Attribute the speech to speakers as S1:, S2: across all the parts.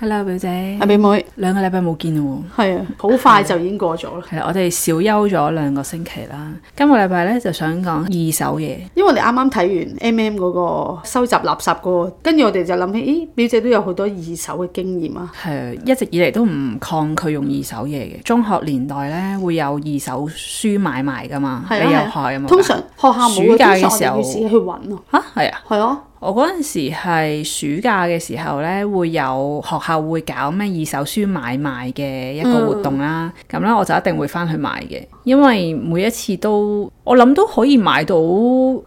S1: Hello 表姐
S2: 阿，表妹
S1: 兩個禮拜冇見喎。
S2: 係啊，好快就已經過咗啦。
S1: 係啦，我哋小休咗兩個星期啦。今個禮拜咧就想講二手嘢，
S2: 因為我哋啱啱睇完 M M 嗰個收集垃圾嗰、個，跟住我哋就諗起，咦，表姐都有好多二手嘅經驗啊。
S1: 係一直以嚟都唔抗拒用二手嘢嘅。中學年代咧會有二手書買賣噶嘛，你
S2: 係
S1: 有學
S2: 啊，
S1: 有
S2: 係啊
S1: 冇㗎？
S2: 通常學校冇
S1: 暑
S2: 嘅，
S1: 假嘅
S2: 通常我哋要
S1: 時候
S2: 自己去揾咯。
S1: 嚇係啊。
S2: 係啊，
S1: 我嗰陣時係暑假嘅時候咧，會有學校會搞咩二手書買賣嘅一個活動啦。咁咧、我就一定會翻去買嘅，因為每一次都我諗都可以買到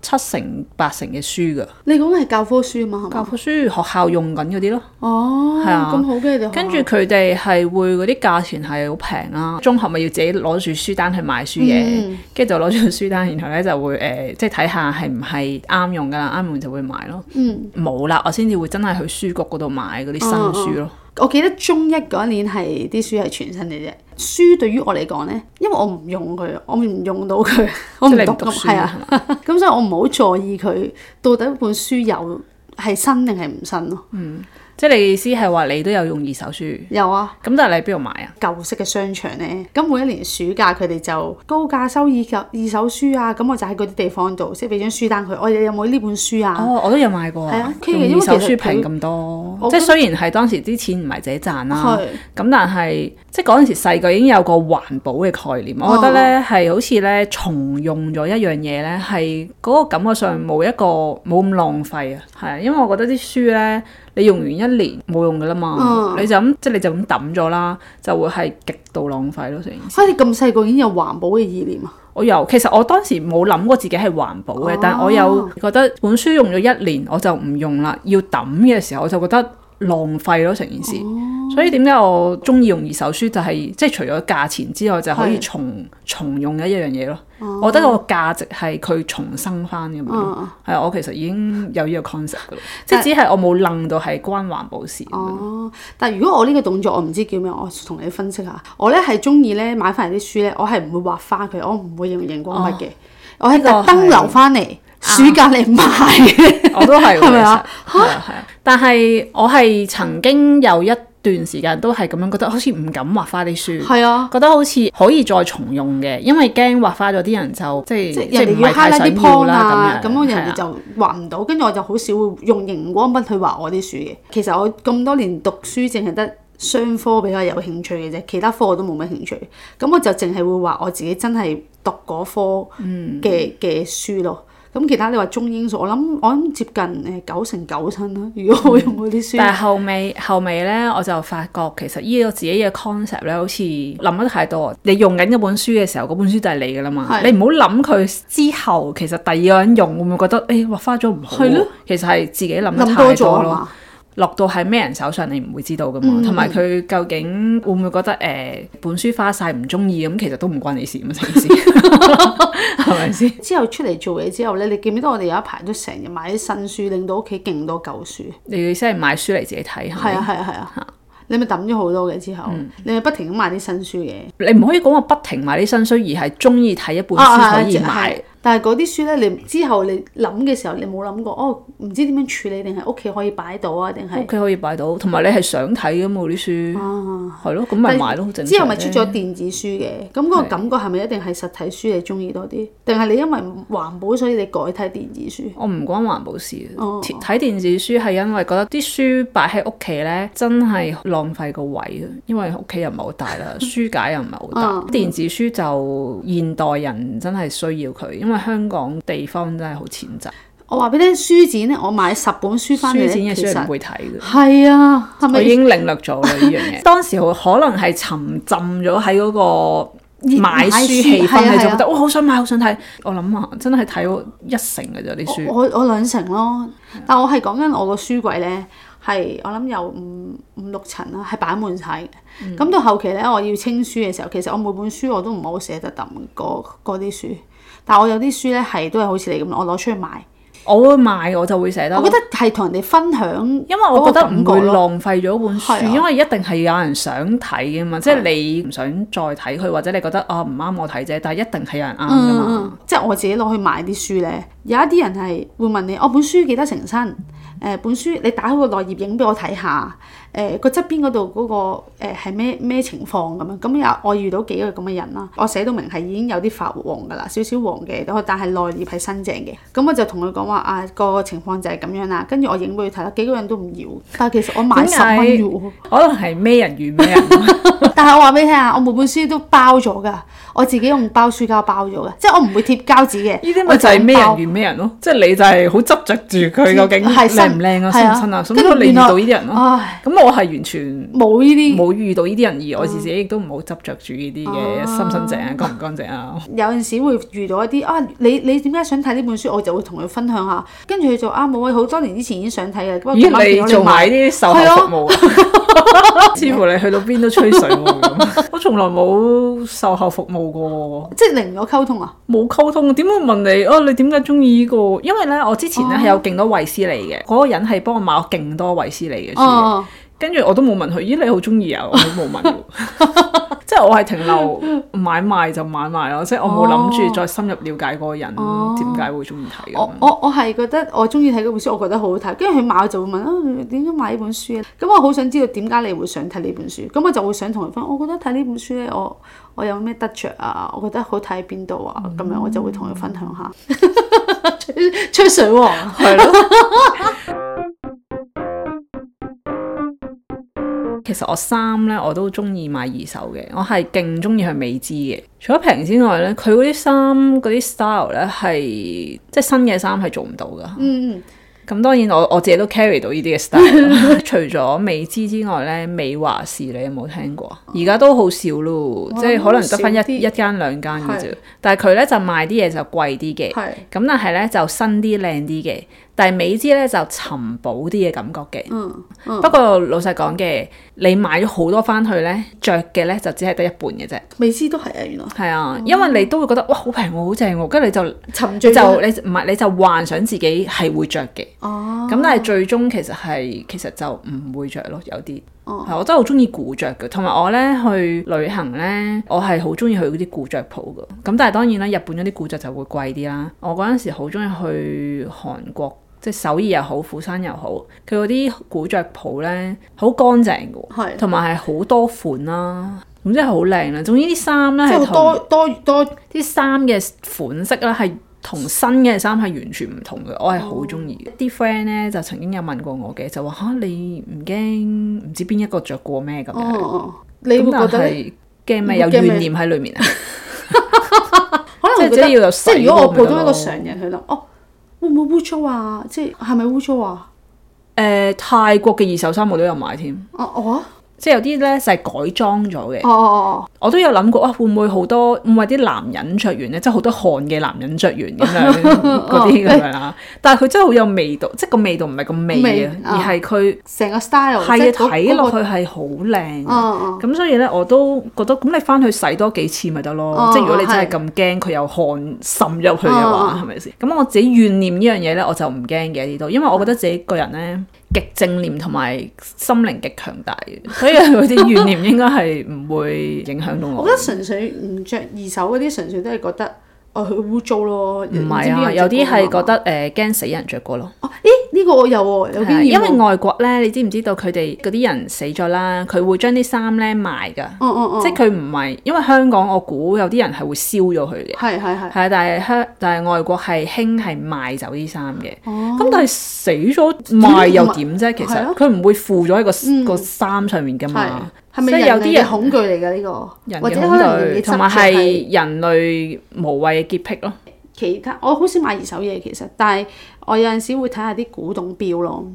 S1: 七成八成嘅書噶，
S2: 你講嘅係教科書啊嘛，係
S1: 教
S2: 嘛？
S1: 科書學校用緊嗰啲咯。
S2: 哦，
S1: 係啊
S2: 咁好嘅，你哋
S1: 跟住
S2: 學校
S1: 佢哋係會嗰啲價錢係好平啦，中學咪要自己攞住書單去買書嘅，
S2: 嗯
S1: 跟住、就攞住個書單，然後咧就會誒、呃即係睇下係唔係啱用噶啦，啱用就會買咯。
S2: 嗯，
S1: 冇啦，我先至會真係去書局嗰度買嗰啲新書咯。
S2: 我記得中一嗰一年係啲書係全新嘅啫。書對於我嚟講呢，因為我唔用佢，我唔用到佢， 我
S1: 即係
S2: 唔
S1: 你
S2: 讀
S1: 唔讀
S2: 㗎嘛
S1: 書
S2: 係啊。咁所以我唔好在意佢到底本書有係新定係唔新咯。
S1: 即係你意思係話你都有用二手書，咁
S2: 有啊，
S1: 但係你喺邊度買啊？
S2: 舊式嘅商場呢，咁每一年暑假佢哋就高價收二手二手書啊，咁我就喺嗰啲地方度，即係俾張書單佢，我哋有冇呢本書啊？
S1: 哦，我都有買過
S2: 係啊佢因
S1: 用
S2: 為
S1: 二
S2: 其
S1: 手
S2: 實
S1: 書平
S2: 佢
S1: 咁多，
S2: 我
S1: 即係
S2: 覺得
S1: 雖然係當時啲錢唔係自己賺啦，
S2: 係
S1: 咁但係即係嗰陣時細個已經有個環保嘅概念，我覺得咧係好似咧重用咗一樣嘢咧，係嗰個感覺上冇一個冇咁浪費啊，係啊，因為我覺得啲書咧你用完一年冇用噶啦嘛，
S2: 嗯
S1: 你就咁即係你就咁抌咗啦，就會係極度浪費咯成件事。
S2: 所以你咁細個已經有環保嘅意念啊！
S1: 我有，其實我當時冇諗過自己係環保嘅，
S2: 哦
S1: 但我有覺得本書用咗一年我就唔用啦，要抌嘅時候我就覺得浪費咯成件事。
S2: 哦
S1: 所以點解我中意用二手書就係、即係除咗價錢之外，就可以
S2: 係哦
S1: 重重用嘅一樣嘢咯。我覺得個價值係佢重生翻咁樣咯。
S2: 嗯
S1: 係啊，我其實已經有呢個 concept 噶啦，即係只係我冇楞到係關環保事咁樣。
S2: 哦，但係如果我呢個動作我唔知叫咩，我同你分析下。我咧係中意咧買翻嚟啲書咧，我係唔會畫花佢，我唔會用熒光筆嘅，我係
S1: 哦呢個嗯
S2: 特登留翻嚟暑假嚟 買嘅。
S1: 我都係喎，
S2: 係咪啊
S1: 其實？係啊，係啊。但係我係曾經有一段時間都係咁樣覺得，好似唔敢畫花啲書，
S2: 係啊。
S1: 覺得好似可以再重用嘅，因為驚畫花咗啲人就即係
S2: 即
S1: 即
S2: 係
S1: 係
S2: 人
S1: 唔
S2: 哋要
S1: 係太
S2: highlight
S1: 想
S2: 啲
S1: 要
S2: point
S1: 啦
S2: 啊，
S1: 咁
S2: 咁
S1: 樣。
S2: 我人哋
S1: 係啊啊
S2: 就畫唔到，跟住我就好少會用熒光筆去畫我啲書嘅。其實我咁多年讀書，淨係得商科比較有興趣嘅啫，其他科我都冇乜興趣。咁我就淨係會畫我自己真係讀嗰科
S1: 嗯
S2: 嘅嘅、書咯。咁其他你話中英數，我諗我諗接近誒九成九身啦。如果
S1: 嗯
S2: 我用嗰啲書，
S1: 但係後尾後尾咧，我就發覺其實依個自己嘅 concept 咧，好似諗得太多。你用緊一本書嘅時候，嗰本書就係你噶啦嘛。
S2: 係
S1: 你唔好諗佢之後，其實第二個人用會唔會覺得，誒、哎畫花咗唔好喎？
S2: 係咯
S1: 其實係自己諗得
S2: 諗
S1: 太
S2: 多咗
S1: 多
S2: 係
S1: 咯。
S2: 嘛？
S1: 落到喺咩人手上，你唔會知道噶
S2: 嗯
S1: 嘛。同埋佢究竟會唔會覺得誒、呃本書花晒唔中意咁，其實都唔關你事咁成件事， 係咪先？
S2: 之後出嚟做嘢之後咧，你記唔記得我哋有一排都成日買啲新書，令到屋企勁多舊書？
S1: 你嘅意思係買書嚟自己睇係
S2: 係
S1: 咪？嗯
S2: 啊係啊係啊，你咪抌咗好多嘅之後，你咪不停咁買啲新書嘅。啊
S1: 你唔可以講我不停買啲新書，而係中意睇一本書可以買。
S2: 係但係嗰啲書咧，你之後你諗嘅時候，你冇諗過哦，唔知點樣處理，定係屋企可以擺到啊，定
S1: 屋
S2: 係
S1: 企可以擺到，同埋你係想睇噶嘛啲書，
S2: 啊？
S1: 係咯，咁咪買咯，好正常啫。
S2: 之後咪出咗電子書嘅，咁嗰個感覺係咪一定係實體書你中意多啲，定係你因為環保所以你改睇電子書？
S1: 我唔關環保事嘅，
S2: 哦
S1: 睇、電子書係因為覺得啲書擺喺屋企咧，真係浪費個位啊！因為屋企又唔係好大 啦，書架又唔係好大。
S2: 嗯
S1: 電子書就現代人真係需要佢，因為香港地方真係好淺窄，
S2: 我話俾你聽，書展咧，我買十本書翻嚟
S1: 書展
S2: 咧，
S1: 嘅
S2: 其
S1: 書係唔
S2: 實
S1: 會睇嘅。
S2: 係啊，係
S1: 我已
S2: 咪
S1: 經領略咗啦呢樣 嘢。當時我可能係沉浸咗喺嗰個買書氣
S2: 係
S1: 氛，
S2: 啊
S1: 你就
S2: 係
S1: 覺
S2: 啊
S1: 得哇好想買，好想睇。我諗啊，真係睇咗一成嘅啫啲書。
S2: 我我我兩成咯，但我係講緊我個書櫃咧，係我諗有五五六層啦，係擺滿晒嘅。咁、到後期咧，我要清書嘅時候，其實我每本書我都唔係好捨得抌嗰嗰啲書，但我有啲書咧係都係好似你咁，我攞出去賣，
S1: 我會買，我就會寫得咯
S2: 我覺得係同人哋分享，
S1: 因為我覺得唔會
S2: 嗰個感覺咯
S1: 浪費咗本書，
S2: 係啊
S1: 因為一定係有人想睇嘅嘛，即係你唔想再睇佢，或者你覺得啊唔啱我睇啫，但係一定係有人啱噶
S2: 嗯，
S1: 嘛。
S2: 嗯即係我自己攞去買啲書咧，有一啲哦呃人係會問你，我、本書幾多成新？誒、本書你打開個內頁影俾我睇下，誒、誒個側邊嗰度嗰個誒係咩咩情況咁樣。咁有我遇到幾個咁嘅人啦，我寫到明係已經有啲發黃㗎啦，少少黃嘅，但係內頁係新淨嘅。咁我就同佢講話啊，個情況就係咁樣啦。跟住我影俾佢睇啦，幾個人都唔要，但係其實我買
S1: 點
S2: 十
S1: 解
S2: 蚊要。
S1: 可能係咩人遇咩人，
S2: 但係我話俾你聽啊，我每本書都包咗㗎，我自己用包書膠包咗㗎，即係我唔會貼膠紙嘅。 呢
S1: 呢啲咪就係咩人遇咩人咯。即係你就係好執着住佢究竟
S2: 係
S1: 靚唔靚啊，
S2: 係
S1: 新
S2: 啊
S1: 唔新啊，
S2: 跟住
S1: 咁你遇
S2: 原來哦
S1: 到呢啲人咯。
S2: 唉，
S1: 咁我係完全
S2: 冇呢啲。
S1: 冇遇到呢啲人，而我自己亦都唔好執着住呢啲
S2: 哦
S1: 嘅新唔新淨啊，乾唔乾淨啊。
S2: 有陣時會遇到一啲啊，你你點解想睇呢本書？我就會同佢分享下，跟住佢就啊冇啊，好多年之前已經想睇
S1: 哦
S2: 嘅，不過咁啱
S1: 咦，
S2: 見
S1: 你
S2: 到
S1: 做埋
S2: 買
S1: 啲售後服務 啊，似乎你去到邊都吹水喎咁。 我從來冇售後服務過，
S2: 即係零咗溝通啊！
S1: 冇溝通，點會問你哦？你點解中意呢個？因為咧，我之前咧係有勁多衛斯理嘅，嗰個人係幫我買咗勁多衛斯理嘅書嘅，啊
S2: 哦，
S1: 跟住我都冇問佢，咦你好中意啊？我都冇問 喎。即係我係停留買賣就買賣咯，即係我冇諗住再深入了解嗰個人點解會中意睇咁
S2: 我
S1: 樣。
S2: 我我係覺得我中意睇嗰本書，我覺得好好睇，跟住佢買我就會問啊點解買呢本書咧？咁我好想知道點解你會想睇呢本書，咁我就會想同佢分，我覺得睇呢本書咧，我我有咩得着啊？我覺得好睇喺邊度啊？
S1: 嗯
S2: 咁樣我就會同佢分享下。 吹吹水 王啊
S1: 係咯。其實我衫咧我都中意買二手嘅，我係勁中意去美資嘅。除咗平之外咧，佢嗰啲衫嗰啲 style 咧係即係新嘅衫係做唔到噶。
S2: 嗯。嗯
S1: 咁當然我我自己都 carry 到呢啲嘅 style 啦。除咗美資之外咧，美華士你有冇聽過啊？而家都好少咯，即係可能得翻一
S2: 少啲
S1: 一間兩間嘅啫
S2: 係。
S1: 但係佢咧就賣啲嘢就貴啲嘅。
S2: 嗯係
S1: 咁但係咧就新啲靚啲嘅，但係美姿咧就尋寶啲嘅感覺嘅。
S2: 嗯
S1: 不過老實講嘅，你買咗好多翻去咧，着嘅咧就只係得一半嘅啫。
S2: 美斯都係啊，原來
S1: 係啊，因為你都會覺得哇好平喎，好正喎，跟住你就
S2: 沉
S1: 就
S2: 醉
S1: 你
S2: 咗
S1: 唔係你就幻想自己係會着嘅。
S2: 哦
S1: 咁但係最終其實係其實就唔會着咯，有啲
S2: 哦
S1: 係我真係好中意古着嘅，同埋我咧去旅行咧，我係好中意去嗰啲古着鋪嘅。咁但係當然啦，日本嗰啲古着就會貴啲啦。我嗰陣時好中意去韓國，即係首爾又好，釜山又好，佢嗰啲古着鋪咧好乾淨嘅喎，
S2: 係
S1: 同埋係好多款啦。總之係好靚啦，總之啲衫咧
S2: 即
S1: 係
S2: 係
S1: 同
S2: 好多多多
S1: 啲衫嘅款式咧係同新嘅衫係完全唔同嘅，我係好中意嘅。哦啲 friend 咧就曾經有問過我嘅，就話吓你唔驚唔知邊一個着過咩咁
S2: 哦
S1: 樣，
S2: 哦，你
S1: 咁
S2: 會覺
S1: 但
S2: 得
S1: 係驚咩
S2: 會
S1: 有
S2: 驚咩
S1: 怨念喺裏面啊？即係
S2: 可能會
S1: 即係
S2: 覺得
S1: 要有
S2: 即係
S1: 洗
S2: 如果
S1: 過
S2: 我
S1: 咪
S2: 普
S1: 得
S2: 通一
S1: 咯
S2: 個常人去諗，哦會唔會污糟啊？即係係咪污糟啊？
S1: 誒泰國嘅二手衫我都有買添，
S2: 哦哦啊
S1: 即係有啲咧就係改裝咗嘅。
S2: 哦哦
S1: 我都有諗過啊，會唔會好多會唔會啲男人着完咧，即係好多汗嘅男人着完咁 樣嗰啲咁樣啦？但係佢真係好有味道，即係個味道唔係個味
S2: 味
S1: 啊，而
S2: 啊
S1: 係佢。
S2: 哦，成個
S1: 係
S2: style 即
S1: 啊，
S2: 係嗰
S1: 睇落
S2: 嗰個
S1: 去係好靚
S2: 哦
S1: 啊。
S2: 哦
S1: 咁所以咧，我都覺得咁你翻去洗多幾次咪得咯。
S2: 哦
S1: 即係如果你真係咁驚佢有汗滲入去嘅
S2: 哦
S1: 話，係咪先？咁我自己怨念呢樣嘢咧，我就唔驚嘅呢度，因為我覺得自己個人咧極正念同埋心靈極強大嘅，所以嗰啲怨念應該係唔會影響到
S2: 我
S1: 我
S2: 覺。得純粹唔着二手嗰啲，純粹都係覺得哦佢污糟
S1: 唔
S2: 咯，唔知
S1: 係
S2: 邊
S1: 啊，
S2: 個
S1: 有啲
S2: 着過
S1: 係
S2: 啊
S1: 覺得誒驚、死人着過咯。
S2: 哦咦呢個我有喎，有經
S1: 係啊
S2: 驗
S1: 因為
S2: 喎
S1: 外國咧，你知唔知道佢哋嗰啲人死咗啦，佢會將啲衫咧賣㗎。
S2: 嗯嗯嗯，
S1: 即係佢唔係，因為香港我估有啲人係會燒咗佢嘅，
S2: 嗯係係係
S1: 係啊，但係香但係外國係興係賣走啲衫嘅，咁、但係死咗賣又點啫？其
S2: 哦啊係
S1: 實
S2: 咯嗯
S1: 佢唔會附咗喺個、個衫上面㗎
S2: 係
S1: 嘛，
S2: 係咪
S1: 即啊係有
S2: 人
S1: 啲
S2: 類
S1: 人
S2: 嘅恐懼嚟㗎呢個？
S1: 人
S2: 或
S1: 嘅
S2: 者
S1: 恐
S2: 可能人
S1: 懼，
S2: 哋
S1: 同埋
S2: 執著係。
S1: 係人類無謂嘅潔癖咯。
S2: 其他我好少買二手嘢其實，但係我有陣時會睇下啲古董錶咯。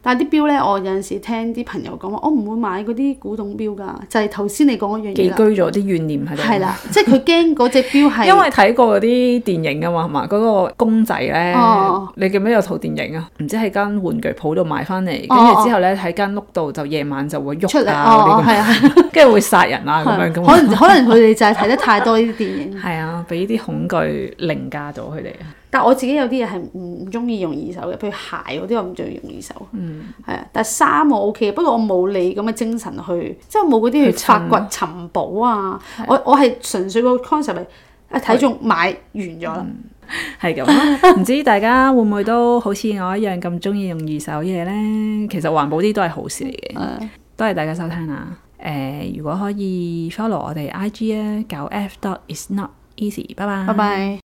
S2: 但係啲錶咧，我有陣時聽啲朋友講話，我唔會買嗰啲古董錶㗎，就係頭先你講嗰樣
S1: 寄
S2: 嘢
S1: 居
S2: 啦。
S1: 咗啲怨念喺度，
S2: 係啦，即係佢驚嗰隻錶係
S1: 因為睇過嗰啲電影啊嘛，係嘛？嗰、個公仔咧，
S2: 哦
S1: 你記唔記得有套電影啊？唔知喺間玩具鋪度買翻嚟，跟
S2: 哦
S1: 住之後咧喺間屋度就夜晚就會
S2: 出
S1: 喐
S2: 嚟，
S1: 啊
S2: 哦
S1: 嗰，啲
S2: 係啊，
S1: 咁，跟住會殺人啊咁樣
S2: 係
S1: 咁。
S2: 可能可能佢哋就係睇得太多呢啲電影。
S1: 係啊，俾啲恐懼凌駕咗佢哋啊！
S2: 但我自己有啲嘢係唔唔中意用二手嘅，譬如鞋嗰啲我唔中意用二手。嗯，係啊，但衫我 OK 嘅，不過我冇你咁嘅精神去，即係冇嗰啲去
S1: 去
S2: 發掘尋寶啊。我我係純粹個 concept 係啊睇中買完咗啦。
S1: 嗯係咁啊， 唔知大家會唔會都好似我一樣咁中意用二手嘢咧？其實環保啲都係好事嚟嘅。多謝大家收聽啦。誒、如果可以 follow 我哋 IG 咧，九 F dot is not easy，拜拜。
S2: 拜拜。